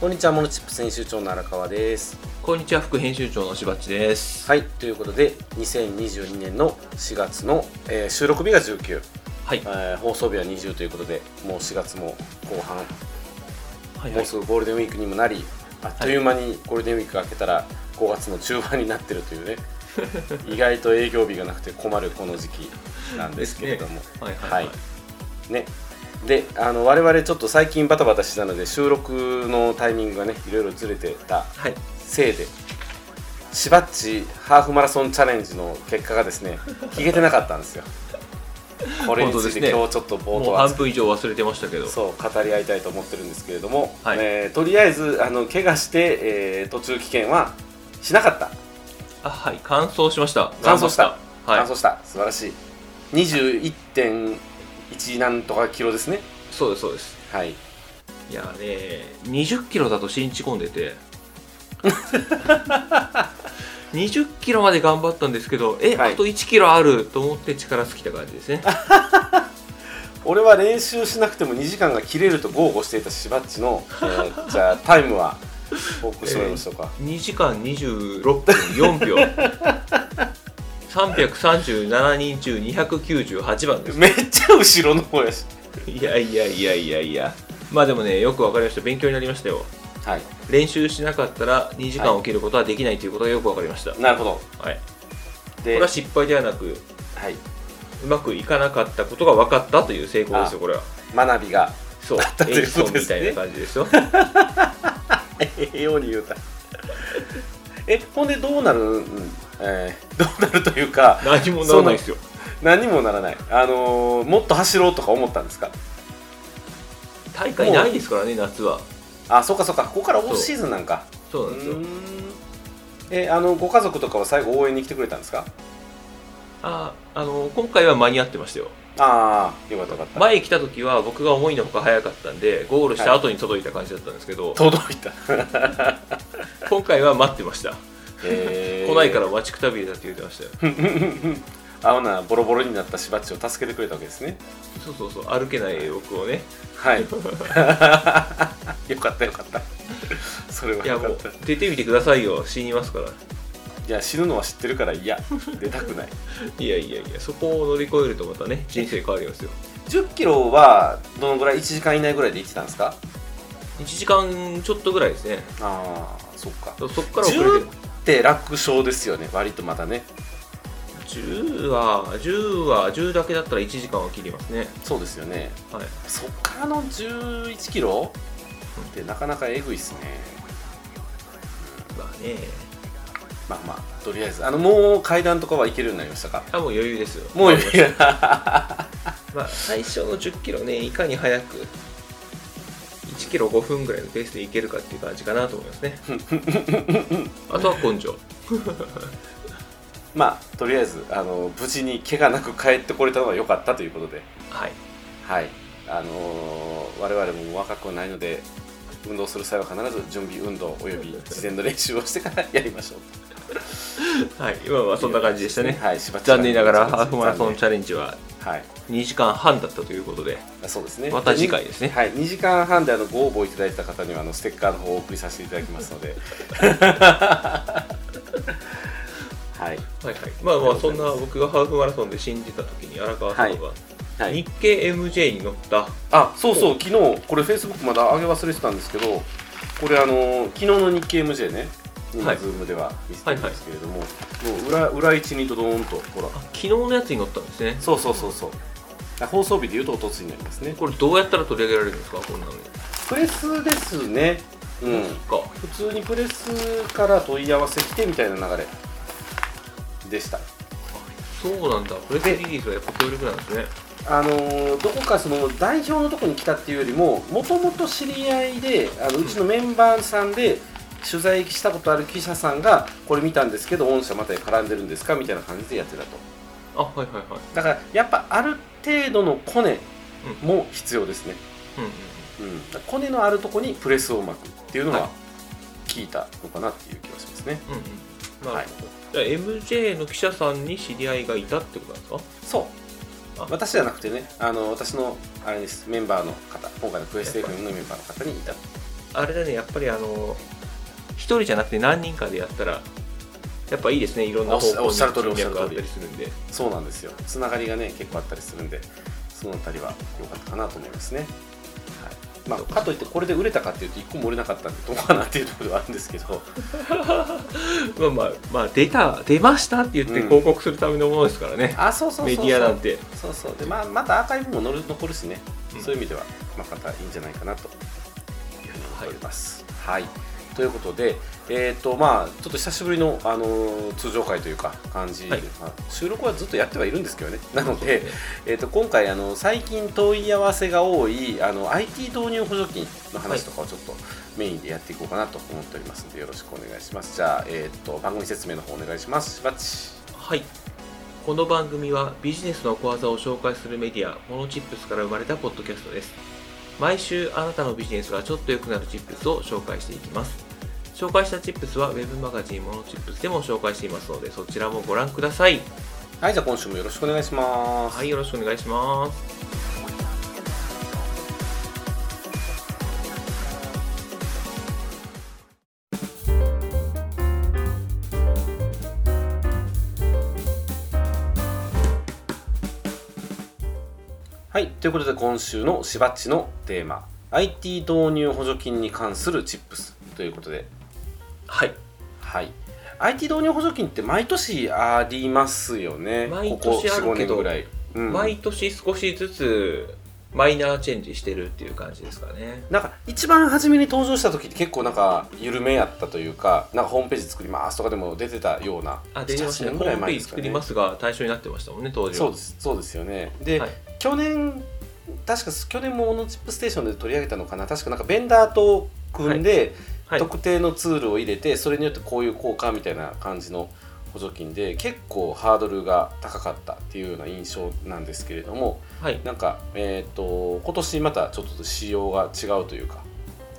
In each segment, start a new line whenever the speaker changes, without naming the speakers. こんにちはモノチップス編集長の荒川です
こんにちは副編集長のしばっちです。
はいということで2022年の4月の、えー収録日が19、
はい。
えー放送日は20ということでもう4月も後半、
はい
もうすぐゴールデンウィークにもなりあっという間にゴールデンウィークが明けたら5月の中盤になってるという ね意外と営業日がなくて困るこの時期なんですけれども、
はいはいはい。
ねであの我々ちょっと最近バタバタしてたので収録のタイミングがねいろいろずれてた
はい。
せいでしばっちハーフマラソンチャレンジの結果がです ね消えてなかったんですよこれにつ
本当
いて
ですね
今日ちょっと冒
もう
頭
半
熱く
分以上忘れてましたけど。
そう語り合いたいと思ってるんですけれども、
はい
えーとりあえずあの怪我して、えー途中棄権はしなかった
あはい。乾燥しました。
乾燥した
はい。
完走した素晴らしい21.1なんとかキロですね
そうですそうです。
はい
いやーね、20キロだと信じ込ん でて。20キロまで頑張ったんですけど、え、
はい
あと1キロあると思って力尽きた感じで すね。
俺は練習しなくても2時間が切れると豪語していたしばっちの、えーじゃあタイム は報告してもらいましょうか、
2時間26分4秒。337人中298番で す。
めっちゃ後ろの方やし
いやいやいやいやいやまあでもねよくわかりました勉強になりましたよ
はい
練習しなかったら2時間
はい
起きることはできないということがよくわかりました、はい
なるほど
こ
で
れは失敗ではなく
はい、
うまくいかなかったことが分かったという成功ですよこれは
学びが
そう
ったと
エ
い
ジ
うこ
ソ
と
ン
で
み
すね
たいな感じですよ
ええように言うた えほんでどうなる、うんえーどうなるというか
何もならないですよ
何もならない、あのーもっと走ろうとか思ったんですか
大会ないですからね夏は
あそうかそうかここからオフシーズンなんか
そう
う
なんですよ
ーんえあのご家族とかは最後応援に来てくれたんですか
ああの今回は間に合ってましたよ
ああよかったよかった、
前来た時は僕が思いのほか早かったんでゴールした後に届いた感じだったんですけど、
届 いた、
今回は待ってました、
えー
来な いから待ちくたびれたって言ってましたよ
青なボロボロになったしばっちを助けてくれたわけですね
そうそうそう歩けない僕 をね
はいよかったよかったそれはい
や
よか
も
っ
う
たいや
出てみてくださいよ死にますから
死ぬのは知ってるからいや出たくない
いやいやいやそこを乗り越えるとまたね人生変わりますよ
1 0キロはどのぐらい1時間以内ぐらいで行ってたんですか
1時間ちょっとぐらいですね
ああそっか
そそっから遅れ
10
て
って楽勝ですよね割とまだね
10は10は10だけだったら1時間は切りますね
そうですよね
はい
そっからの1 1キロってなかなかえぐいっすね
まあね
まあまあとりあえずあのもう階段とかは行けるようになりましたか
あもう余裕ですよ
もういや
まあ最初の1 0キロねいかに早く1キロ5分ぐらいのペースでいけるかっていう感じかなと思います ねあとは根性
まあとりあえずあの無事に怪我なく帰ってこれたのが良かったということで
はい
はいあのー我々も若くはないので運動する際は必ず準備運動および事前の練習をしてからやりましょう
はい今は そんな感じでしたね
はいしばっちゃん
残念ながらハーフマラソンチャレンジは
はい
2時間半だったということで
あそうですね
また次回ですね
はい2時間半であのご応募いただいた方にはあのステッカーの方をお送りさせていただきますの ではい
はいはいまあまあそんな僕がハーフマラソンで死んでた時に荒川さんが、
はい
日経 MJ に乗った
あそうそう昨日これフェイスブックまだ上げ忘れてたんですけどこれあの昨日の日経 MJ ね今
はい
ズームでは見せてるんですけれども、もう裏裏位置にドドーンとほら
あ昨日のやつに乗ったんですね
そうそうそうそうあ放送日でいうとおとつになりますね
これどうやったら取り上げられるんですかこんなのに
プレスですねうん
か
普通にプレスから問い合わせ来てみたいな流れでした
そうなんだプレスリリースはやっぱ強力なんですね
あのーどこかその代表のとこに来たっていうよりももともと知り合いであのうちのメンバーさんで取材したことある記者さんがこれ見たんですけど御社また絡んでるんですかみたいな感じでやってたと
あはいはいはい
だからやっぱある程度のコネも必要ですね、
うんうん
うん、だからコネのあるとこにプレスを巻くっていうの
は
はい聞いたのかなっていう気がしますね、
うんうんまあ、
はい
じゃあ MJ の記者さんに知り合いがいたってことなんですか
そう
あ
私じゃなくてねあの私のあれですメンバーの方今回のクエスト FM のメンバーの方にいた
あれだねやっぱりあの一人じゃなくて何人かでやったらやっぱいいですねいろんな
おっ
方
しゃ
向
おっ
に
しゃる通り
人脈があ
おっ
っ
しゃる通り
たりするんで
そうなんですよつながりがね結構あったりするんでそのあたりは良かったかなと思いますね、はいまあ、かといってこれで売れたかっていうと1個も売れなかったんでどうかなっていうところではあるんですけ ど
まあまあまあ出た出ましたって言って
うん
広告するためのものですからね、
あそうそうそうそう
メディアなんて
そうそうで、まあ、またアーカイブも残る残るしね、
うん
そういう意味では、まあ、またいいんじゃないかなというふうに思っております。はい、ということで、えーとまあ、ちょっと久しぶりの、あのー通常会というか感じ、
はい
まあ収録はずっとやってはいるんですけどねなので、えー、と今回あの最近問い合わせが多いあの IT 導入補助金の話とかをちょっとメインでやっていこうかなと思っておりますのでよろしくお願いします。じゃあ、えー、と番組説明の方お願いします。しばっち
はい。この番組はビジネスの小技を紹介するメディア、モノチップスから生まれたポッドキャストです。毎週あなたのビジネスがちょっと良くなるチップスを紹介していきます。紹介したチップスはウェブマガジンモノチップスでも紹介していますので、そちらもご覧ください。
はい、じゃあ今週もよろしくお願いします。
はい、よろしくお願いします。
はい、ということで今週のしばっちのテーマ IT 導入補助金に関するチップスということで、
はい。
はい、IT 導入補助金って毎年ありますよね
毎年あるけど
ここ45年ぐらい、うん
毎年少しずつマイナーチェンジしてるっていう感じですかね。
なんか一番初めに登場した時って結構なんか緩めやったというかなんかホームページ作りますとかでも出てたような
あ、出てましたね。
7
ホ
年ぐら
ー
い
ムペ
前
ー
で
ジ
すか
作
ね
りますが対象になってましたもんね、当時は。
そうですそうですよねで、
はい
去年確か去年も「オノチップステーション」で取り上げたのかな確かなんかベンダーと組んで、
はい。
特定のツールを入れてそれによってこういう効果みたいな感じの補助金で結構ハードルが高かったっていうような印象なんですけれども
はい。
なんか、えー、と今年またちょっと仕様が違うというか、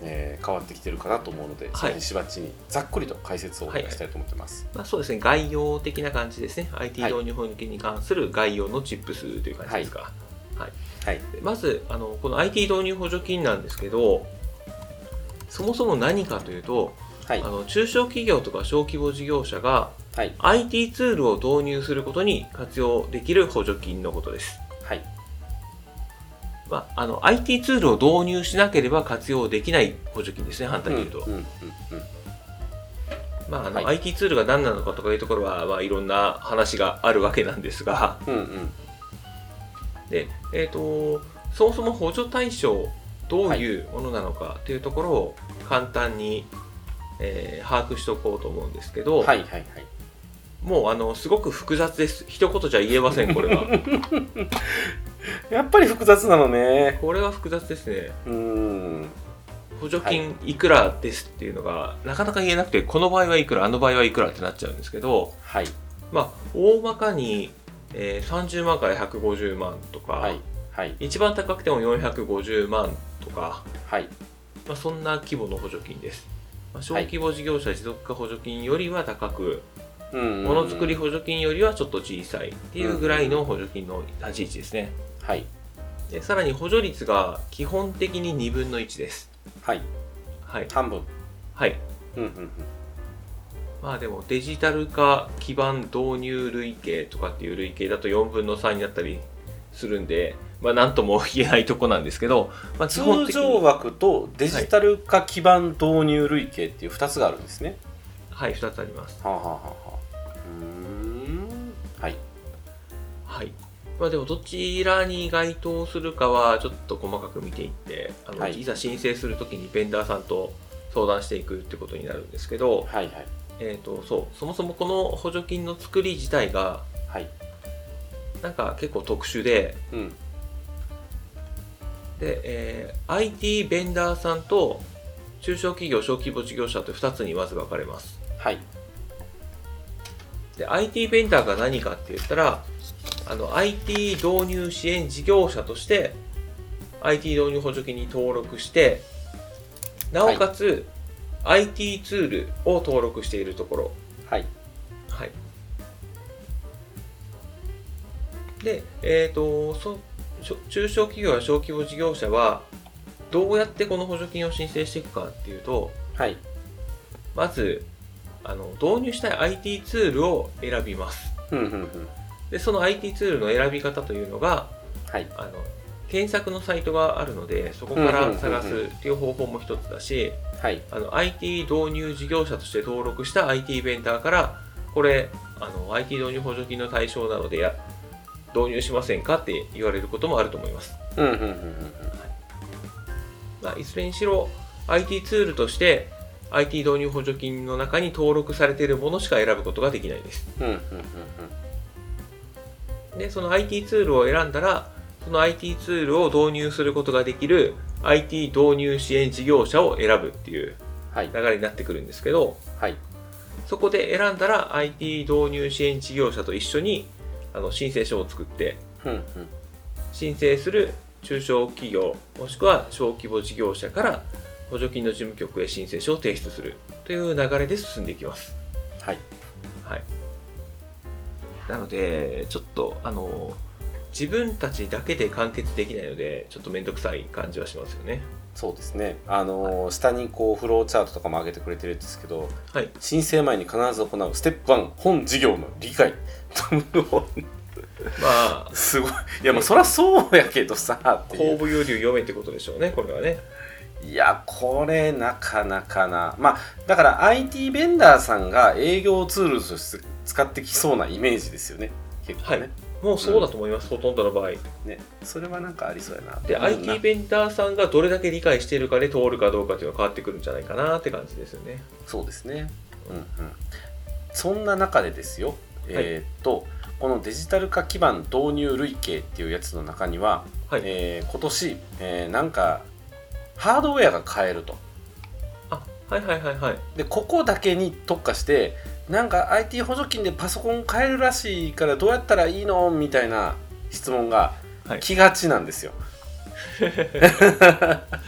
えー変わってきてるかなと思うので、
い
それにしばっちにざっくりと解説をお願いしたいと思ってます。
まあ、そうですね、概要的な感じですね。IT
はい
導入法に関する概要のチップスという感じですか。
はい、
でまずあの、この IT 導入補助金なんですけど、そもそも何かというと、
はい
あ、の中小企業とか小規模事業者が
はい、
IT ツールを導入することに活用できる補助金のことです。
はい、
まあ、あの IT ツールを導入しなければ活用できない補助金ですね、反
う
対
ん
に
うん
言うと。
うんうん
まああの
は
IT ツールが何なのかとかいうところは、まあ、いろんな話があるわけなんですが、
うんうん
で、えー、とそもそも補助対象どういうものなのかというところを簡単に、えー把握しておこうと思うんですけど、
はいはいはい
もうあのすごく複雑です一言じゃ言えませんこ れは
やっぱり複雑なのね
これは複雑ですね
うん
補助金いくらですっていうのが、なかなか言えなくてこの場合はいくらあの場合はいくらってなっちゃうんですけど
はい
まあ大まかに、えー30万から150万とか、
はいはい
一番高くても450万とか
はい
まあ、そんな規模の補助金です。まあ、小規模事業者持続化補助金よりは高く、
うんうんうん
ものづくり補助金よりはちょっと小さいっていうぐらいの補助金の立ち位置ですね。
はい
でさらに補助率が基本的に2分の1です。
はい
はい。
半分
はい。
うんうんうん
まあでもデジタル化基盤導入類型とかっていう類型だと4分の3になったりするんで、まあなんとも言えないとこなんですけど、まあ基本
通
的
常
に、
枠とデジタル化基盤導入類型っていう2つがあるんですね。
はい、2つあります。
はあ、はあはあはあ、うーんはい
はい。まあでもどちらに該当するかはちょっと細かく見ていって、あの
はい
い、ざ申請するときにベンダーさんと相談していくってことになるんですけど、
はいはい
えっ、と、そう、そもそもこの補助金の作り自体が、
はい。
なんか結構特殊で、
うん
で、えー IT ベンダーさんと中小企業、小規模事業者と2つにまず分かれます。
はい
で、IT ベンダーが何かって言ったら、あの、IT 導入支援事業者として、IT 導入補助金に登録して、なおかつ、IT ツールを登録しているところ。
はい
はい。で、えっ、と、そ、しょ中小企業や小規模事業者は、どうやってこの補助金を申請していくかっていうと
はい
まずあの導入したい IT ツールを選びます
うんうんうん
でその IT ツールの選び方というのが
はい
あの検索のサイトがあるのでそこから探すっていう方法も一つだし
はい
あの IT 導入事業者として登録した IT ベンダーからこれあの IT 導入補助金の対象なのでや導入しませんかって言われることもあると思います、
うんうんうんうん
まあ、いずれにしろ IT ツールとして IT 導入補助金の中に登録されているものしか選ぶことができないです
うんうんうん
でその IT ツールを選んだらその IT ツールを導入することができる IT 導入支援事業者を選ぶっていう
はい
流れになってくるんですけど、
はい
そこで選んだら IT 導入支援事業者と一緒にあの申請書を作って
うんうん
申請する中小企業もしくは小規模事業者から補助金の事務局へ申請書を提出するという流れで進んでいきます。
はい
はい、なのでちょっとあの自分たちだけで完結できないのでちょっと面倒くさい感じはしますよね。
そうですねあのー下にこうフローチャートとかも上げてくれてるんですけど
はい、
申請前に必ず行うステップ1本事業の理解
まあ
すごいいやまあそりゃそうやけどさっていう
公募要領読めってことでしょうねこれはね。
いや、これなかなかな。まあ、だから IT ベンダーさんが営業ツールとして使ってきそうなイメージですよね。結構ね。
はいもうそうだと思います、ほとんどの場合。
ねそれはなんかありそうやな。
で、
うん
IT ベンダーさんがどれだけ理解しているかで通るかどうかっていうのは変わってくるんじゃないかなって感じですよね。
そうですね。うんうん。そんな中でですよ。えーっと、このデジタル化基盤導入類型っていうやつの中には、
はい。
えー今年、えーなんか、ハードウェアが変えると。
あ、はいはいはいはい。
でここだけに特化してなんか IT 補助金でパソコン買えるらしいからどうやったらいいのみたいな質問が
はい
来がちなんですよ。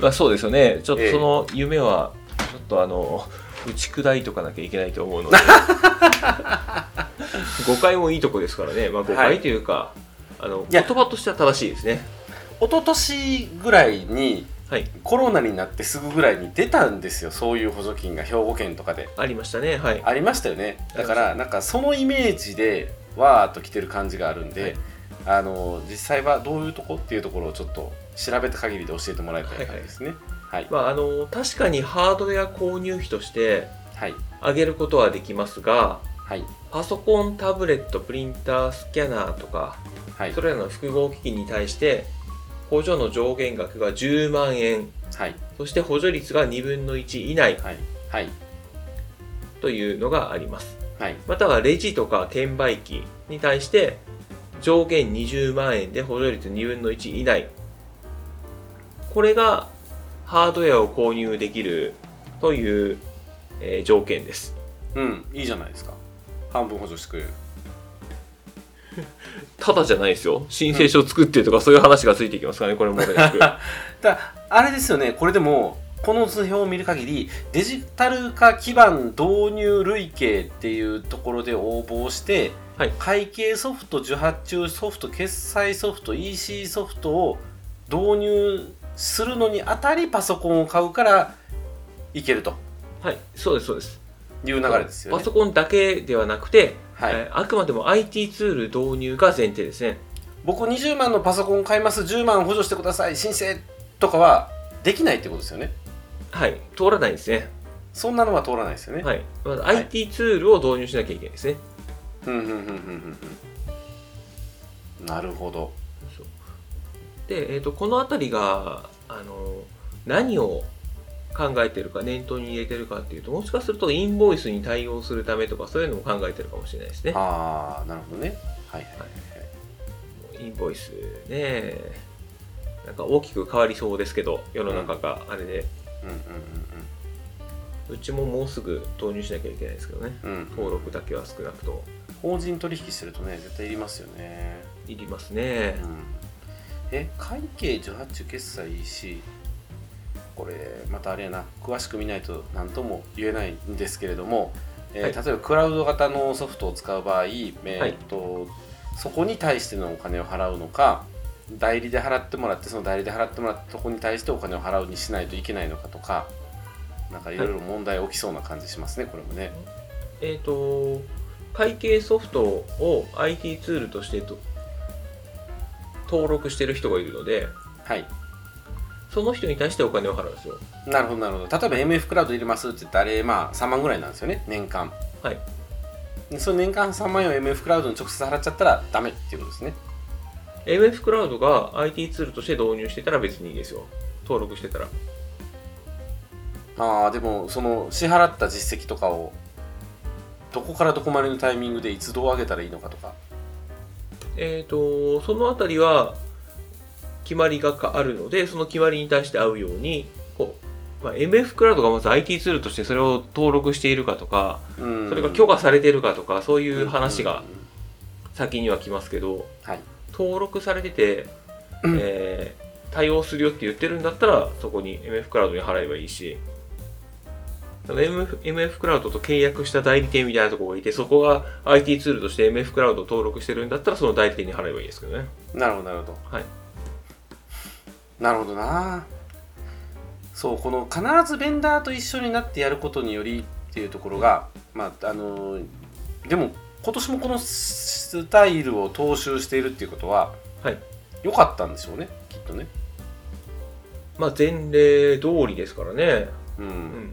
まあそうですよね。ちょっ
え
と
え
その夢は、ちょっとあの、打ち砕いとかなきゃいけないと思うので。 誤解もいいとこですからね。まあ誤
は
解
い
というか、あの、
いや
言葉としては正しいですね。
一昨年ぐらいに
はい。
コロナになってすぐぐらいに出たんですよそういう補助金が兵庫県とかで
ありましたね。はい。
ありましたよねだか
あ
らなんかそのイメージでわーっと来てる感じがあるんで、あの実際はどういうとこっていうところをちょっと調べた限りで教えてもらいたい感じですね。はい、
まああの、確かにハードウェア購入費として
はい、
上げることはできますが、
はい、
パソコン、タブレット、プリンター、スキャナーとか、
はい
そ、れらの複合機器に対して工場の上限額が10万円
はい、
そして補助率が2分の1以内
はい、はい、
というのがあります
はい。
またはレジとか転売機に対して上限20万円で補助率2分の1以内これがハードウェアを購入できるという、えー条件です
うん、いいじゃないですか。半分補助してくれる。
ただじゃないですよ申請書を作ってとかそういう話がついていきますからねこれ も
だあれですよね、これでも、この図表を見る限り、デジタル化基盤導入類型っていうところで応募をして、
はい
会計ソフト、受発注ソフト、決済ソフト、EC ソフトを導入するのにあたりパソコンを買うからいけると
はいそうですそうです
いう流れですよ
パ
ね。
ソコンだけではなくて、
はい
えーあくまでも IT ツール導入が前提ですね。
僕20万のパソコン買います、10万補助してください、申請とかはできないってことですよね。
はい、通らないですね。
そんなのは通らないですよね。
はい、まず
い
IT ツールを導入しなきゃいけないですね。
うんうんうんうんうんうんなるほど。
そうで、えーと、このあたりがあの何を考えてるか念頭に入れてるかっていうと、もしかするとインボイスに対応するためとかそういうのも考えてるかもしれないですね。
ああ、なるほどね。はいはい
インボイスね、なんか大きく変わりそうですけど、世の中があれで、うちももうすぐ導入しなきゃいけないですけどね。
うんうんうんうん。
登録だけは少なくと
法人取引してるとね、絶対いりますよね。
いりますね
う。ん。え、会計受発注決済 EC。これ、またあれやな、詳しく見ないと何とも言えないんですけれども、えー
はい
例えばクラウド型のソフトを使う場合、えー
はい
っとそこに対してのお金を払うのか、代理で払ってもらってその代理で払ってもらったとこに対してお金を払うにしないといけないのかとかなんかいろいろ問題起きそうな感じしますね、これもね
えっ、と会計ソフトを IT ツールとしてと登録してる人がいるので
はい
その人に対してお金を払うんですよ
なるほどなるほど例えば MF クラウド入れますって言ってあれまあ3万ぐらいなんですよね年間
はい
でその年間3万円を MF クラウドに直接払っちゃったらダメっていうんですね
MF クラウドが IT ツールとして導入してたら別にいいですよ登録してたら
ああでもその支払った実績とかをどこからどこまでのタイミングでいつどう上げたらいいのかとか
えっ、とそのあたりは決まりがあるのでその決まりに対して合うようにこう、まあ、MF クラウドがまず IT ツールとしてそれを登録しているかとか
うん
それが許
可
可されているかとかそういう話が先には来ますけど、
はい
登録されてて、
うん
えー対応するよって言ってるんだったらそこに MF クラウドに払えばいいしその MF, MF クラウドと契約した代理店みたいなところがいてそこが IT ツールとして MF クラウドを登録してるんだったらその代理店に払えばいいですけどね
なるほどなるほど
はい
なるほどなそうこの必ずベンダーと一緒になってやることによりっていうところがまああのーでも今年もこのスタイルを踏襲しているっていうことは
はい
良かったんでしょうねきっとね
まあ前例通りですからね、
う
うんん、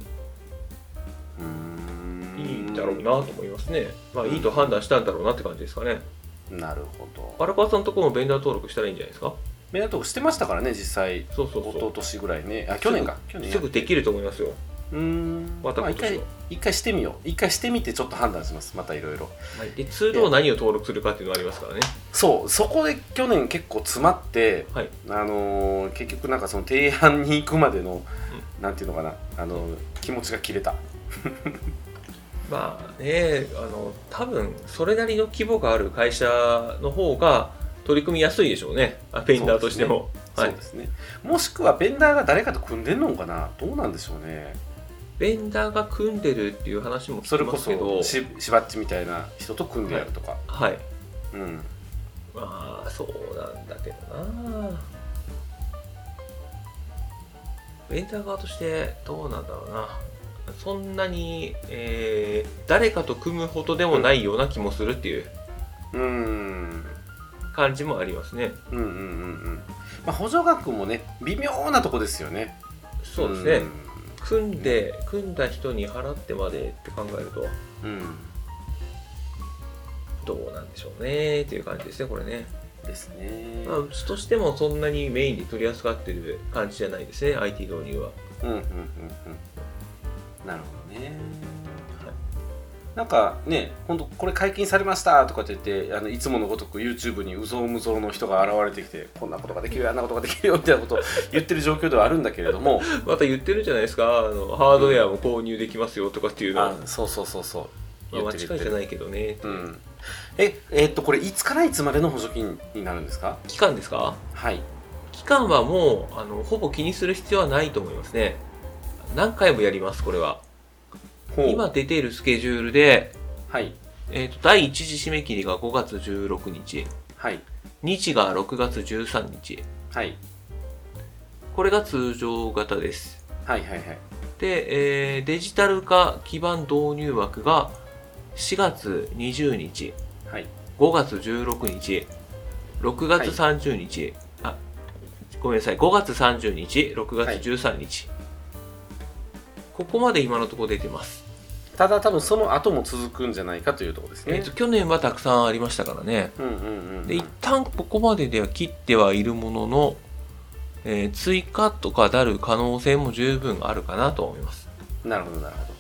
うーん
いいだろうなと思いますねまあいいと判断したんだろうなって感じですかね
なるほど
荒川さんのところもベンダー登録したらいいんじゃないですか
メダトーしてましたからね実際
そうそう
一
そ
昨年ぐらいねあ去年か去
う
年
すぐできると思いますよ
うーんま
また
あ
今
一
年
回
は、
一回してみよう一回してみてちょっと判断しますまたいろいろ
はい、でツールを何を登録するかっていうのがありますからね
そうそこで去年結構詰まって、
はい
あのー結局なんかその提案に行くまでの、なんていうのかな、あのー気持ちが切れた
まあねあの多分それなりの規模がある会社の方が取り組みやすいでしょうねあペインダーとしても、
そ
は
う
い
で、すね、もしくはベンダーが誰かと組んでんのかなどうなんでしょうね
ベンダーが組んでるっていう話も
そ
聞
れ
き
こ
ますけ
そ
ど
ししばっちみたいな人と組んでやるとか、
はい
うん
まあそうなんだけどなベンダー側としてどうなんだろうなそんなに、えー誰かと組むほどでもないような気もするっていう
うーん
感じもありますね、
うんうんうんうんまあ補助額もね微妙なとこですよね
そうですね、組んで組んだ人に払ってまでって考えると
うん、うん
どうなんでしょうねっていう感じですねこれね、
ですね、
まあ、うちとしてもそんなにメインで取り扱ってる感じじゃないですね IT 導入は
うんうんうんうんなるほどねなんかね本当これ解禁されましたとかって言ってあのいつものごとく YouTube にうぞうむぞうの人が現れてきてこんなことができるよあんなことができるよみたいなことを言ってる状況ではあるんだけれど も
また言ってるじゃないですかあのハードウェアも購入できますよとかっていうのは
あ、そうそうそうそう、
まあ、間違いじゃないいけどねって
う、
いうん
ええっとこれいつからいつまでの補助金になるんですか
期間ですか
はい
期間はもうあのほぼ気にする必要はないと思いますね何回もやりますこれは
ほう
今出ているスケジュールで、
はい
えー、と第1次締め切りが5月16日
はい
日が6月13日
はい
これが通常型です
はいはいはい
で、えーデジタル化基盤導入枠が4月20日
はい
5月16日6月30日、あごめんなさい5月30日6
はい
月13日、ここまで今のところ出てます、
ただ多分その後も続くんじゃないかというところです
え
ね
ー、と去年はたくさんありましたからね
うんうんうん
で一旦ここまででは切ってはいるものの、えー追加とかなる可能性も十分あるかなと思います
なるほどなるほど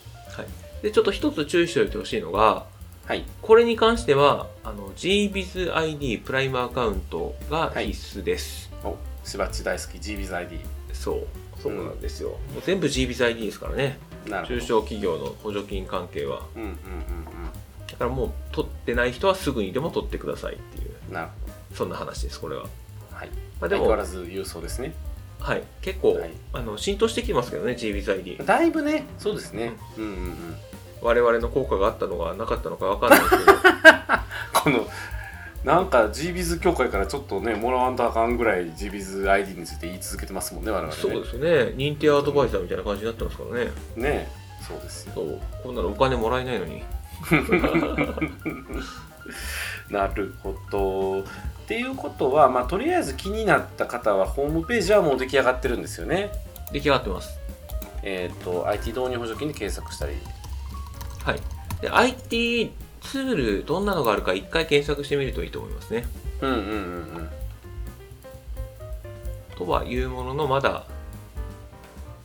でちょっと一つ注意しておいてほしいのが
はい
これに関してはあの GBizID プライムアカウントが必須です、
おしばっち大好き GBizID
そうそうなんですよ、もう全部 GBizID ですからね
なるほど
中小企業の補助金関係は
うんうんうん
だからもう取ってない人はすぐにでも取ってくださいっていう
うんなるほ
そんな話ですこれは、
どはい
まあ、
相
で
変
も
わらず郵送ですね
はい結構、
はい
あの浸透してきてますけどね GBizID
だいぶねそうですねうんうんうん
我々の効果があったのがなかったのかわかんないですけど
このなんか GBiz 協会からちょっとねもらわんとあかんぐらい GBizID について言い続けてますもんね我々ね
そうですよね認定アドバイザーみたいな感じになってますからね
ねそうですよ
そうこんなのお金もらえないのに
なるほどっていうことは、まあ、とりあえず気になった方はホームページはもう出来上がってるんですよね
出来上がってます
えっ、と IT 導入補助金で検索したり
はいで IT ツールどんなのがあるか一回検索してみるといいと思いますね
うんうんうん
とはいうもののまだ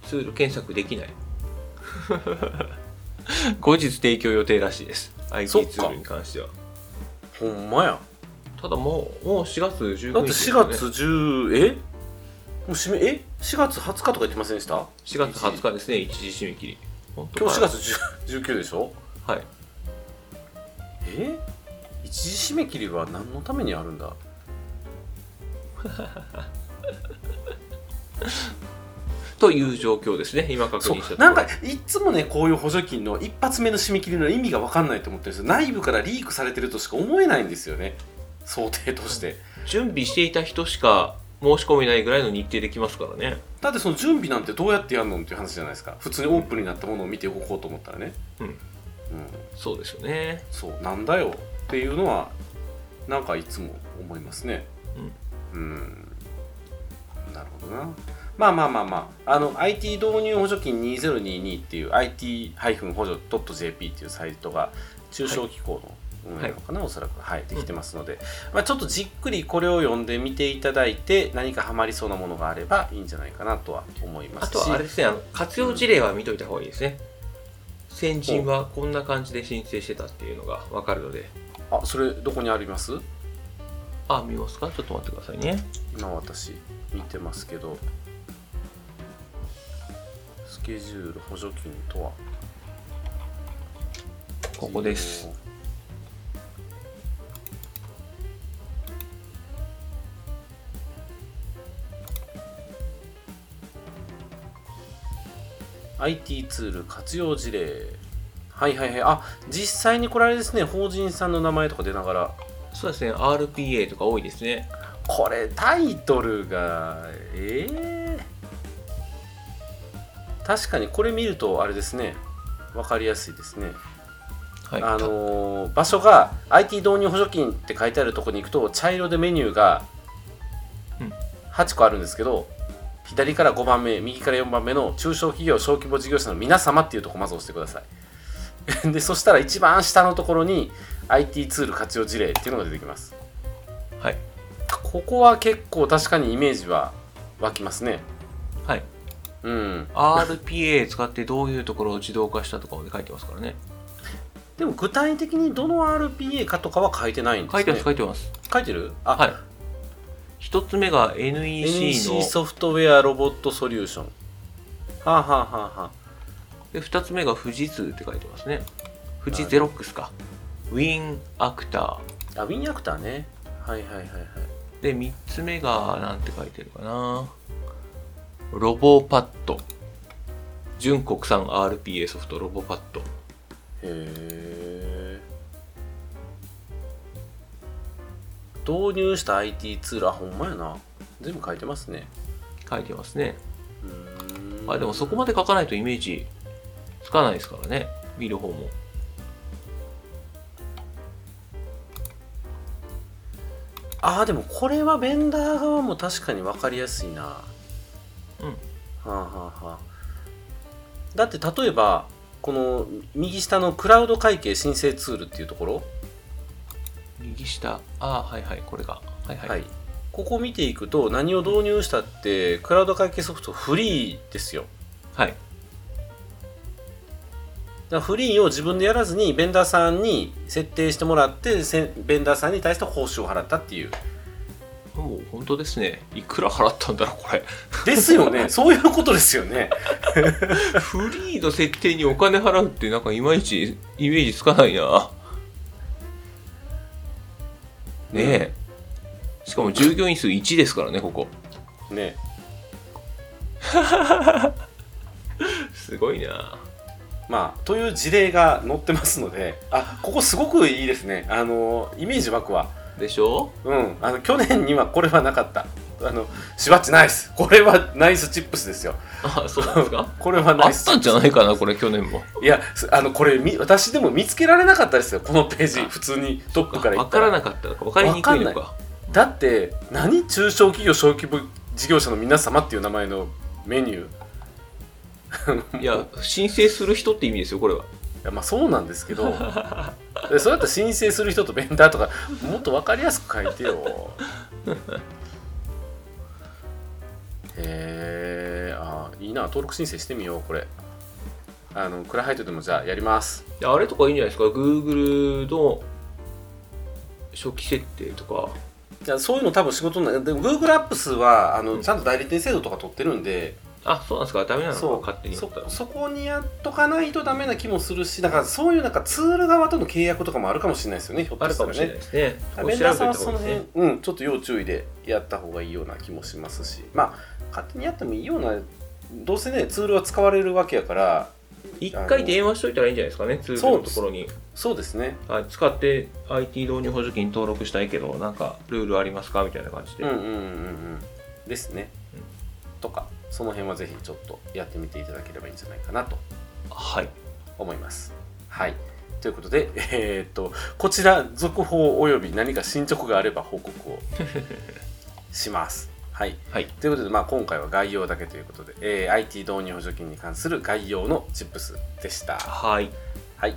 ツール検索できない 後日提供予定らしいです IT ツ
そっか
ールに関しては
うんほんまや
ただもうもう4月19日
だって4月10えもう締めえ4月20日とか言ってませんでした
4月20日ですね一時締め切り本当
今
か
日4月10 19でしょ
はい
え一時締め切りは何のためにあるんだ
という状況ですね今確
そ
認した
う
とこ
な
ろ
んかいっつもねこういう補助金の一発目の締め切りの意味が分かんないと思ってるんですよ内部からリークされてるとしか思えないんですよね想定として
準備していた人しか申し込めないぐらいの日程できますからね
だってその準備なんてどうやってやるのっていう話じゃないですか普通にオープンになったものを見て動こうと思ったらね
うん
うん、
そうですよね
そうなんだよっていうのはなんかいつも思いますねうんなるほどなまあまあまあまああの IT 導入補助金2022っていう IT- 補助 .jp っていうサイトが中小機構の運営なのかな、おそらくはいできてますので、まあ、ちょっとじっくりこれを読んでみていただいて何かハマりそうなものがあればいいんじゃないかなとは思いま
あ
すし
とはあれですねあの活用事例は見といた方がいいですね先人はこんな感じで申請してたっていうのが分かるので
あそれどこにあります
あ見ますかちょっと待ってくださいね
今私見てますけどスケジュール補助金とは
ここです
事業 IT ツール活用事例はいはいはいあ実際にこれあれですね法人さんの名前とか出ながら
そうですね RPA とか多いですね
これタイトルがええ確かにこれ見るとあれですね分かりやすいですね
はい
あのー場所が IT 導入補助金って書いてあるところに行くと茶色でメニューが
うん
8個あるんですけど左から5番目右から4番目の中小企業小規模事業者の皆様っていうところまず押してください でそしたら一番下のところに IT ツール活用事例っていうのが出てきます
はい
ここは結構確かにイメージは湧きますね
はい
うん
RPA 使ってどういうところを自動化したとかまで書いてますからね
でも具体的にどの RPA かとかは書いてないんです
書
ね
いてます書いてます
書いてるあ、
はい一つ目が NEC の
NEC ソフトウェアロボットソリューション。はあ、はあはあはあ、
で2つ目が富士通って書いてますね富士ゼロックスか、ウィンアクタ
あ、ウィンアクターね。はいはいはいはい。
ーで3つ目がなんて書いてるかなロボパッド純国産 RPA ソフトロボパッド
へえ。導入した IT ツール、あ、ほんまやな。全部書いてますね。
書いてますね
うーん
あでもそこまで書かないとイメージつかないですからね見る方も
あーでもこれはベンダー側も確かに分かりやすいな
うん
はあはあはあだって例えばこの右下のクラウド会計申請ツールっていうところ
右下ああはいはいこれがはいはい、
はい、ここ見ていくと何を導入したってクラウド会計ソフトフリーですよ
はい
だからフリーを自分でやらずにベンダーさんに設定してもらってせベンダーさんに対して報酬を払ったっていう
もう本当ですねいくら払ったんだろうこれ
ですよ ねそういうことですよね
フリーの設定にお金払うってなんかいまいちイメージつかないなねえしかも従業員数1ですからねここ
ね
すごいな
まあという事例が載ってますのであここすごくいいですねあのイメージ湧くわ
でしょ
うん、あの去年にはこれはなかったあのしばっちナイスこれはナイスチップスですよ
あそうなん ですか
これは
あ
ナイ
っ
ス
たんじゃないかなこれ去年も
いやすあのこれみ私でも見つけられなかったですよこのページ
あ
普通にトップから言
分
っ
か
た
ら
ら
なかったのか分かりにくいのか
だって何中小企業小規模事業者の皆様っていう名前のメニューい
いや申請する人って意味ですよこれは
やまあそうなんですけどでそうやったら申請する人とベンダーとかもっと分かりやすく書いてよへえあいいな登録申請してみようこれあのクラハイトでもじゃあやります
いやあれとかいいんじゃないですか Google の初期設定とか
いやそういうの多分仕事になるでも Google アップスはあの、
うん
ちゃんと代理店制度とか取ってるんで
あそうなんですかダメなのか
そう
勝手にや
そ
ったら
そこにやっとかないとダメな気もするしだからそういうなんかツール側との契約とかもあるかもしれないですよねひょっと
ある
した
からもしれな
ね
いですねそこ
ベン
調
ダー
べ
さん
とい
は
た
そ
方
の
がい
辺
いですね
うんちょっと要注意でやった方がいいような気もしますしまあ勝手にやってもいいようなどうせねツールは使われるわけやから
一回電話しといたらいいんじゃないですかねツールのところに
そうですね
あ使って IT 導入補助金登録したいけどなんかルールありますかみたいな感じで、
うんうんうんうんですね、とかその辺はぜひちょっとやってみていただければいいんじゃないかなと
はい
思います。はいということで、えーっとこちら続報および何か進捗があれば報告 をします。はい、
はい
ということで、まあ、今回は概要だけということで、えー IT 導入補助金に関する概要のチップスでした。
はい
はい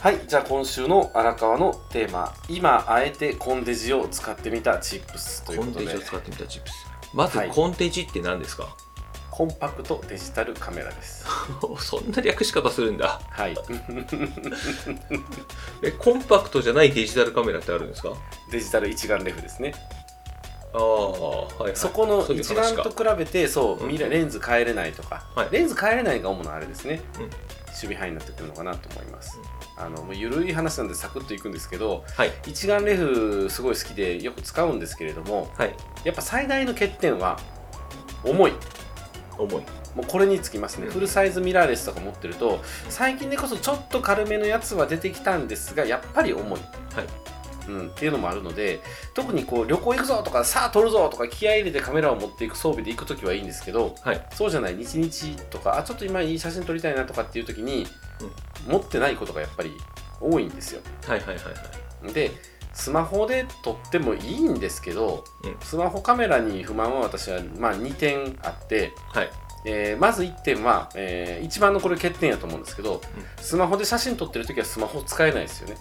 はい、じゃあ今週の荒川のテーマ「今あえてコンデジを使ってみたチップス」という
コ
こ
ン
と
テ
で
ジを使ってみたチップスまず
はい
コンテジって何ですか、
コンパクトデジタルカメラです。
そんな略し方するんだ
はい、
えコンパクトじゃないデジタルカメラってあるんですか
デジタル一眼レフですね。
ああはい、はい、
そこの
そういう
一
話
眼
か
と比べてそう
うん
ミラーレンズ変えれないとか、
はい
レンズ変えれないが主なあれですね、
うん
守備範囲になってくるのかなと思います、あのもう緩い話なんでサクッといくんですけど
はい
一眼レフすごい好きでよく使うんですけれども
はい
やっぱ最大の欠点は重い
重い
もうこれにつきますね、
うん
フルサイズミラーレスとか持ってると最近でこそちょっと軽めのやつは出てきたんですがやっぱり重い、うん、っていうのもあるので特にこう旅行行くぞとかさあ撮るぞとか気合い入れてカメラを持っていく装備で行く時はいいんですけど、
はい
そうじゃない日々とかあちょっと今いい写真撮りたいなとかっていう時に、持ってないことがやっぱり多いんですよ
はいはいはいはい
でスマホで撮ってもいいんですけど、
うん
スマホカメラに不満は私はまあ2点あって、
はい
えーまず1点は、えー一番のこれ欠点やと思うんですけど、スマホで写真撮ってる時はスマホ使えないですよね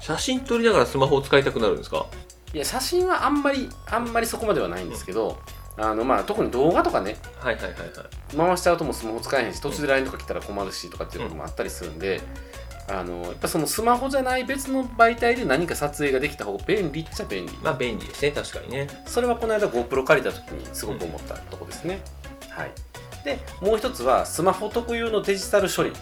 写真撮りながらスマホを使いたくなるんですか
いや写真はあんまりあんまりそこまではないんですけど、あのまあ、特に動画とかね
はいはいはいはい
回しちゃうともうスマホ使えへんし途中で LINE とか来たら困るしとかっていうこともあったりするんで、あのやっぱそのスマホじゃない別の媒体で何か撮影ができた方が便利っちゃ便利
まあ便利ですね確かにね
それはこの間 GoPro 借りた時にすごく思ったとこですね、はいでもう一つはスマホ特有のデジタル処理、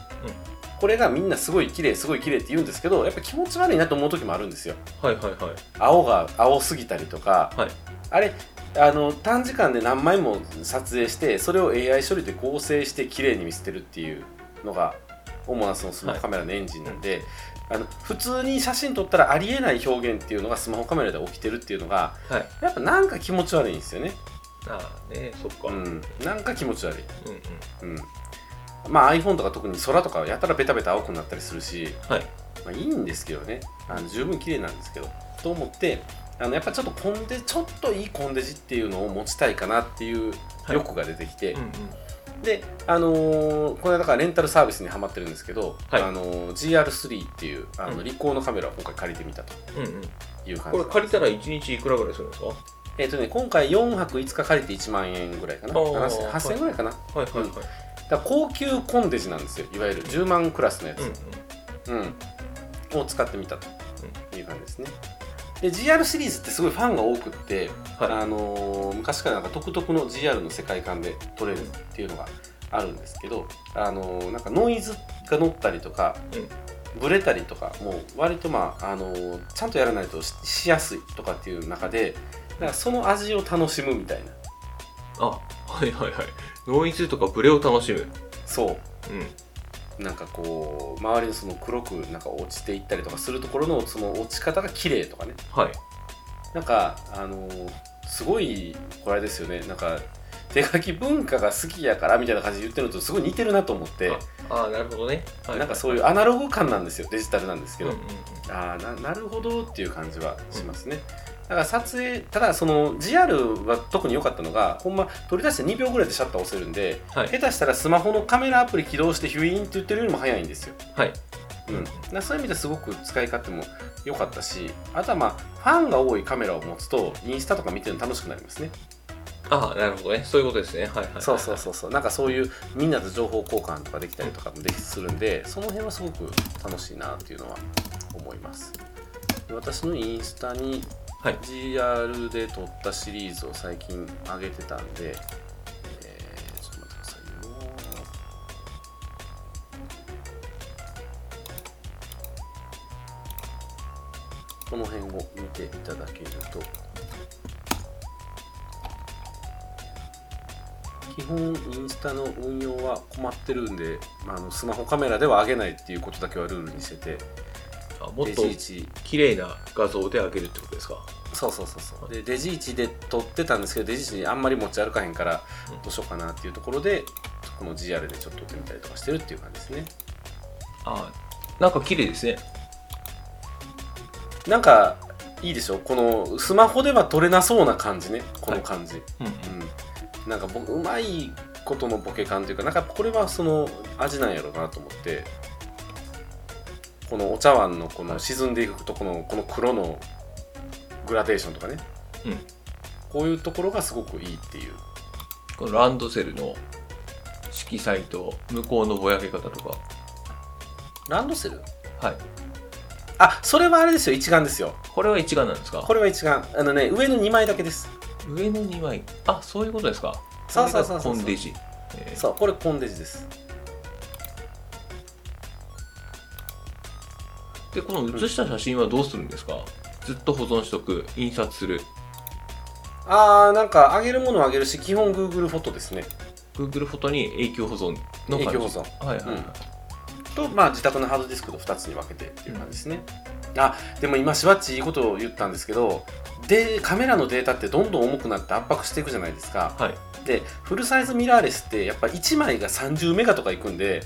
これがみんなすごい綺麗すごい綺麗って言うんですけどやっぱ気持ち悪いなと思う時もあるんですよ
はいはいはい
青が青すぎたりとか、
はい
あれあの短時間で何枚も撮影してそれを AI 処理で合成して綺麗に見せてるっていうのが主なそのスマホカメラのエンジンなんで、あの普通に写真撮ったらありえない表現っていうのがスマホカメラで起きてるっていうのが
はい
やっぱなんか気持ち悪いんですよね、
ああねそっか
う
うんうん
ん、なんか気持ち悪い、
うん
うんまあ、iPhone とか特に空とかはやたらベタベタ青くなったりするし、
はい
まあ、いいんですけどねあの十分綺麗なんですけどと思ってあのやっぱちょっとコンデちょっといいコンデジっていうのを持ちたいかなっていう
はい
欲が出てきて、
うんうん
で、あのーこれだからレンタルサービスにはまってるんですけど、
はい
あのー GR3 っていうあ
う
の
ん
リコーのカメラを今回借りてみたと
うんうん
いう感
こ
じ、
れ借りたら1日いくらぐらいするんですかは
えっ、とね今回4泊5日借りて1万円ぐらいかな
おー
7000 8000円ぐらいかなだか
いはいはい
ら高級コンデジなんですよいわゆる10万クラスのやつ、
うんうん
うん、を使ってみたという感じですね。で GR シリーズってすごいファンが多くって、
は
あのー昔からなんか独特の GR の世界観で撮れるっていうのがあるんですけど、あのーなんかノイズが乗ったりとか、
うん
ブレたりとかも割とまあ、あのちゃんとやらないとししやすいとかっていう中でだからその味を楽しむみたいな
あはいはいはいノイズとかブレを楽しむ
そう
うん
なんかこう周りのその黒くなんか落ちていったりとかするところのその落ち方が綺麗とかね
はい
なんかあのーすごいこれあれですよねなんか手書き文化が好きやからみたいな感じで言ってるのとすごい似てるなと思って
ああなるほどね、は
なんかそういう
あ
アナログ感なんですよデジタルなんですけど、
うんうんうん
あーななるほどっていう感じはしますね、だから撮影ただその GR は特に良かったのがほんま取り出して2秒ぐらいでシャッター押せるんで
はい
下手したらスマホのカメラアプリ起動してヒュイーンって言ってるよりも早いんですよ
はい
うん、だからそういう意味ですごく使い勝手も良かったしあとはまあファンが多いカメラを持つとインスタとか見てるの楽しくなりますね、
ああなるほどねそういうことですねはいはい、はい、
そうそうそうそうなんかそういうみんなと情報交換とかできたりとかもできするんでその辺はすごく楽しいなっていうのは思いますで私のインスタに
はい
GR で撮ったシリーズを最近上げてたんで、えー、ちょっと待ってくださいよこの辺を見ていただけると基本インスタの運用は困ってるんで、まあ、あのスマホカメラでは上げないっていうことだけはルールにしてて
あもっ
デ
と
ジイチ
綺麗な画像で上げるってことですか
そうそうそうそうでデジイチで撮ってたんですけどデジイチにあんまり持ち歩かへんから
うん
どうしようかなっていうところでこの GR でちょっと撮ってみたりとかしてるっていう感じですね
ああなんか綺麗ですね
なんかいいでしょこのスマホでは撮れなそうな感じねこの感じ、
うんうん
うん、なんか僕うまいことのボケ感というかなんかこれはその味なんやろうなと思ってこのお茶碗のこの沈んでいくとこのこの黒のグラデーションとかね、
うん
こういうところがすごくいいっていう
このランドセルの色彩と向こうのぼやけ方とか
ランドセル
はい
あそれはあれですよ一眼ですよ
これは一眼なんですか
これは一眼あのね上の2枚だけです
上の2枚あそういうことですか
そうそうそうそう
これがコンデジ、えー
そうこれコンデジです
でこの写した写真はどうするんですかずっと保存しとく印刷する
あーなんかあげるものはあげるし基本 Google フォトですね
Google フォトに永久保存の
永
感じ
久保存
はいはいはい、
うんと、まあ、自宅のハードディスクと2つに分けてっていう感じですね、あでも今しばっちいいことを言ったんですけどでカメラのデータってどんどん重くなって圧迫していくじゃないですか
はい
でフルサイズミラーレスってやっぱ1枚が30メガとかいくんで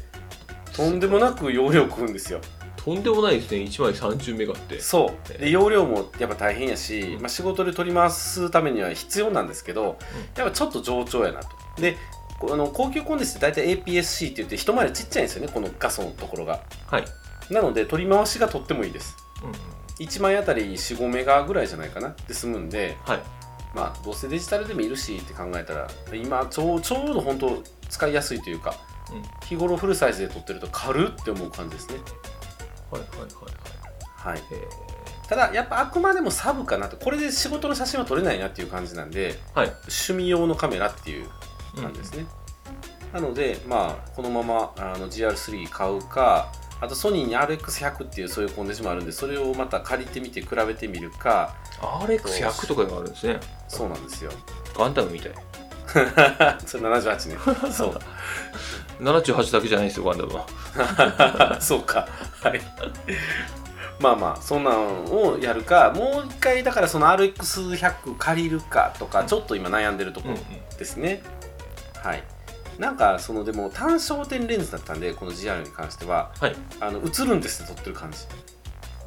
とんでもなく容量食うんですよ
とんでもないですね1枚30メガって
そう
え
で容量もやっぱ大変やし
う、ん
まあ、仕事で取り回すためには必要なんですけど、やっぱちょっと冗長やなとでこあの高級コンデンスって大体 APS-C って言って一回りちっちゃいんですよねこの画素のところが
はい、
なので取り回しがとってもいいです
うんうん、
1枚あたり45メガぐらいじゃないかなで済むんで
はい
まあどうせデジタルでもいるしって考えたら今ちょうちょうど本当使いやすいというか、
うん
日頃フルサイズで撮ってると軽って思う感じですね、
はいはいはいは
は
い
い、
え
ただやっぱあくまでもサブかなとこれで仕事の写真は撮れないなっていう感じなんで
ーはい
趣味用のカメラっていう
うん
感じですね、なのでまあこのままあの GR3 買うかあとソニーに RX100 っていうそういうコンデンスもあるんでそれをまた借りてみて比べてみるか
RX100 とかがあるんですね
そうなんですよ
ガンダムみたい
それ78年そう
78だけじゃないですよガンダムは
そうかはい まあまあそんなんをやるかもう一回だからその RX100 借りるかとかちょっと今悩んでるところですね、はいなんかそのでも単焦点レンズだったんでこの GR に関しては、
はい
あの映るんですって撮ってる感じ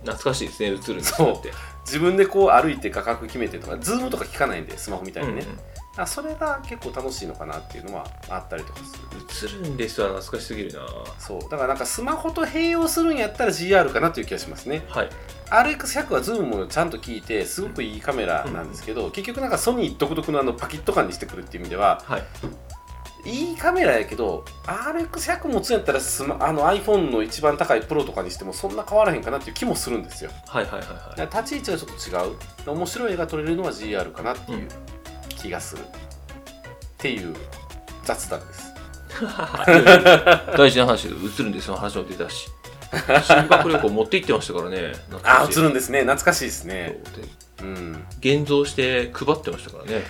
懐かしいですね映るんです
そう
って
自分でこう歩いて画角決めてとかズームとか効かないんでスマホみたいにね、
うんうん
あそれが結構楽しいのかなっていうのはあったりとかする
映るんですは懐かしすぎるなは
そうだからなんかスマホと併用するんやったら GR かなという気がしますね
い
RX100 はズームもちゃんと効いてすごくいいカメラなんですけど、結局なんかソニー独特のあのパキッと感にしてくるっていう意味では
はい
いいカメラやけど RX100 持つんやったらスマあの iPhone の一番高いプロとかにしてもそんな変わらへんかなっていう気もするんですよ
はいはいはいは
だ
い
から立ち位置がちょっと違う面白い絵が撮れるのは GR かなっていう気がする、っていう雑談です
大事な話で映るんですの話も出たし修学旅行持って行ってましたからね
ああ映る
ん
んですね懐かしいです
で
ねうん
現像して配ってましたからね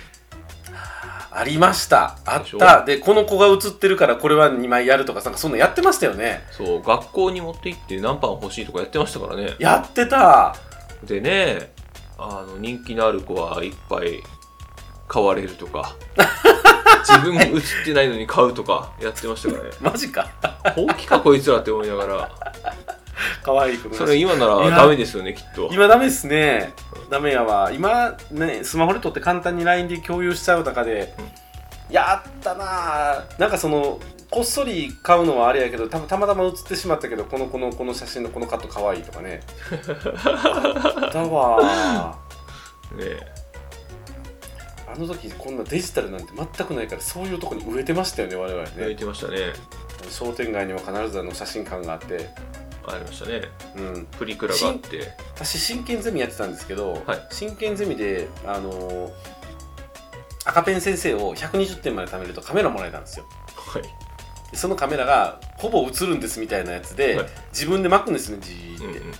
ありましたあっ
でしょ
たでこの子が映ってるからこれは2枚やるとかなんかそんなやってましたよね
そう学校に持って行って何パン欲しいとかやってましたからね
やってた
でねあの人気のある子はいっぱい買われると か自分映ってないのに買うとかやってましたからね
マジか
本気かこいつらって思いながら
可愛い子が
それ今ならダメですよねきっと
今ダメですねダメやわ今ねスマホで撮って簡単に LINE で共有しちゃう中で、やったなあなんかそのこっそり買うのはあれやけどたたまたま写ってしまったけどこのこのこの写真のこのカット可愛いとかねだわあ
ね
あの時こんなデジタルなんて全くないからそういうとこに植えてましたよね我々
言っ
ね
てましたね
商店街には必ずあの写真館があって
ありましたね
うん
プリクラがあって
私真剣ゼミやってたんですけど、
はい
真剣ゼミであのー赤ペン先生を120点まで貯めるとカメラもらえたんですよ
はい
でそのカメラがほぼ映るんですみたいなやつで、
はい
自分で巻くんですねじーって、
うんうん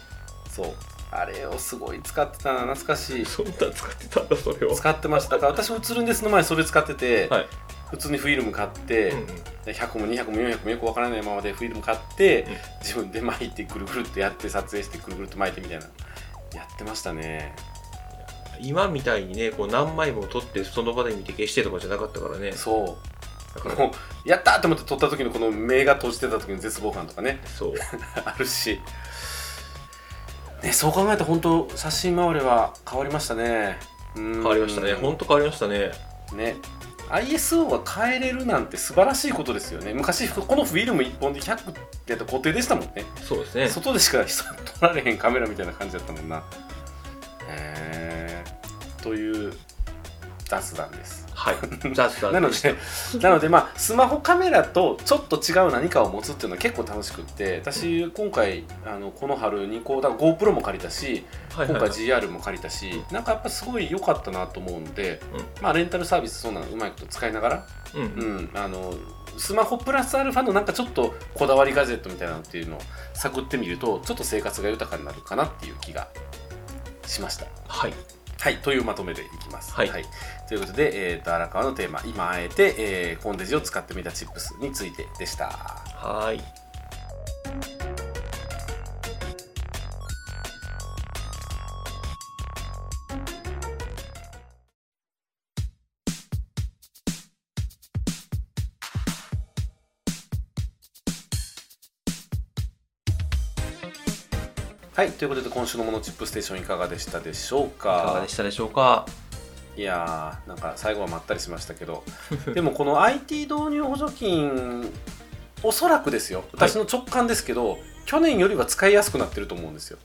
そうあれをすごい使ってたな懐かしい
そんな使ってたんだそれを
使ってましただから私映るんですの前それ使ってて、
はい
普通にフィルム買って、
うんうん
で100も200も400もよくわからないままでフィルム買って、
うん
自分で巻いてくるくるってやって撮影してくるくるって巻いてみたいなやってましたね
今みたいにねこう何枚も撮ってその場で見て消してとかじゃなかったからね
そう
だから
もうやったーと思って撮った時のこの目が閉じてた時の絶望感とかね
そう
あるし、ね、そう考えたら本当写真周りは変わりましたね変
変わりましたね本当変わりましたね
ね ISO が変えれるなんて素晴らしいことですよね昔このフィルム1本で100ってやったら固定でしたもんね
そうですね
外でしか人撮られへんカメラみたいな感じだったもんなへえという雑談です
はい雑 談
なので、なのでまあ、スマホカメラとちょっと違う何かを持つっていうのは結構楽しくって、私、今回、あのこの春にこうだ GoPro も借りたし、
はい
今
はい
回
はい
GR も借りたし、なんかやっぱすごい良かったなと思うので、まあ、レンタルサービス、そんなのうまいこと使いながら、
うんうん
うん、あのスマホプラスアルファのなんかちょっとこだわりガジェットみたいなのっていうのを探ってみると、ちょっと生活が豊かになるかなっていう気がしました。
はい
はい、というまとめでいきます。
はい
ということで、えー、と荒川のテーマ「今あえて、えーコンデジを使ってみたチップス」についてでした。
はーい
はい、ということで今週の「モノチップステーション」いかがでしたでしょう
いかが
か
でしたでしょう か
いやーなんか最後はまったりしましたけどでもこの IT 導入補助金おそらくですよ私の直感ですけど、去年よりは使いやすくなってると思うんですよ。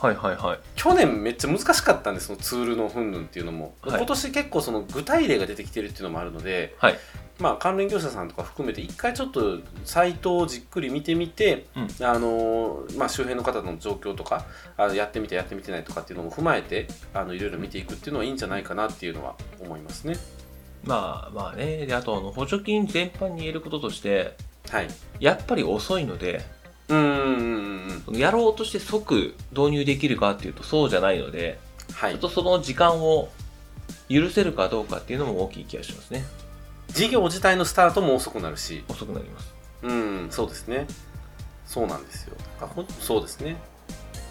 はいはいはい
去年めっちゃ難しかったんですそのツールの云々っていうのも、
はい
今年結構その具体例が出てきてるっていうのもあるので、
はい
まあ、関連業者さんとか含めて一回ちょっとサイトをじっくり見てみて、
う
あのーまあ、周辺の方の状況とかあのやってみてやってみてないとかっていうのも踏まえてあのいろいろ見ていくっていうのはいいんじゃないかなっていうのは思いますね。
まあまあねであとあの補助金全般に言えることとして
はい、
やっぱり遅いので
うーん
やろうとして即導入できるかっていうとそうじゃないので
は
ち
い
ょっ、とその時間を許せるかどうかっていうのも大きい気がしますね
事業自体のスタートも遅くなるし、
遅くなります
うん、そうですね。そうなんですよ。だからほんそうですね。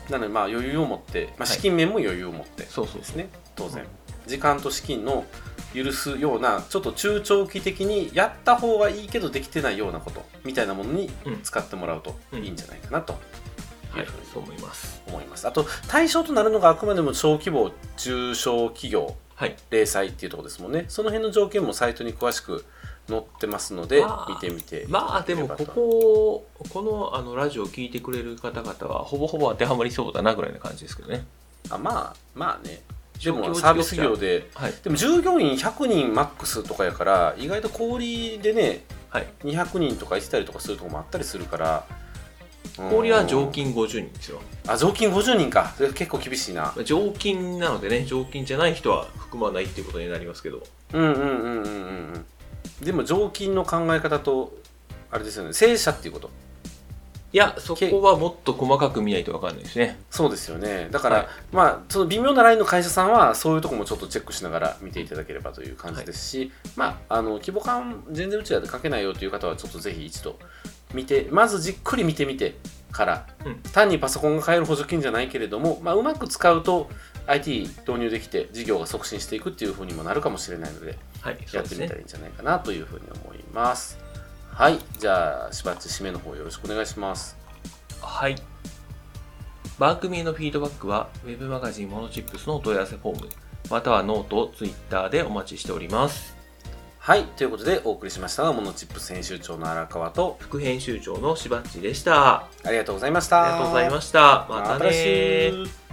なので、まあ、余裕を持って、まあ、
はい
資金面も余裕を持ってで
そうそう
す
そう
ね、当然
うん。
時間と資金の許すような、ちょっと中長期的にやった方がいいけどできてないようなことみたいなものに
うん
使ってもらうと
うん
いいんじゃないかなと
はいそう思います
思います。あと、対象となるのがあくまでも小規模、中小企業、
はい
零細っていうところですもんね。その辺の条件もサイトに詳しく載ってますので
あ、ー
見てみて。
まあでもこここのあのラジオを聞いてくれる方々はほぼほぼ当てはまりそうだなぐらいな感じですけどね
あまあ、まあね。で
小
も
規模
サービス業で、
はい
でも従業員100人マックスとかやから、意外と小売りでね、
はい
200人とかいてたりとかするとこもあったりするから、うん
氷は常。勤50人ですよ
あ、常勤50人か。それ結構厳しいな。
常勤なのでね常勤じゃない人は含まないっていうことになりますけど
うんうんうんうんうんうん。でも常勤の考え方と、あれですよね、正社っていうこと。
いや、そこはもっと細かく見ないと分かんないですね。
そうですよね。だから、
はい
まあ、その微妙なラインの会社さんは、そういうとこもちょっとチェックしながら見ていただければという感じですし、まあ、あの、規模感全然うちらで書けないよという方は、ちょっとぜひ一度見て、まずじっくり見てみてから、
うん
単にパソコンが買える補助金じゃないけれども、まあ、うまく使うと、IT 導入できて、事業が促進していくっていうふうにもなるかもしれないので、
はい、そ
や
う
って
で
み
す
た
ね
ら。いいんじゃないかなというふうに思います。はい。じゃあ、しばっち締めの方よろしくお願いします。
はい。番組へのフィードバックは、ウェブマガジンモノチップスのお問い合わせフォーム、またはノート、ツイッターでお待ちしております。
はい。ということで、お送りしましたのは、モノチップス編集長の荒川と、
副編集長のしばっちでした。
ありがとうございました。
ありがとうございました。またね
また来週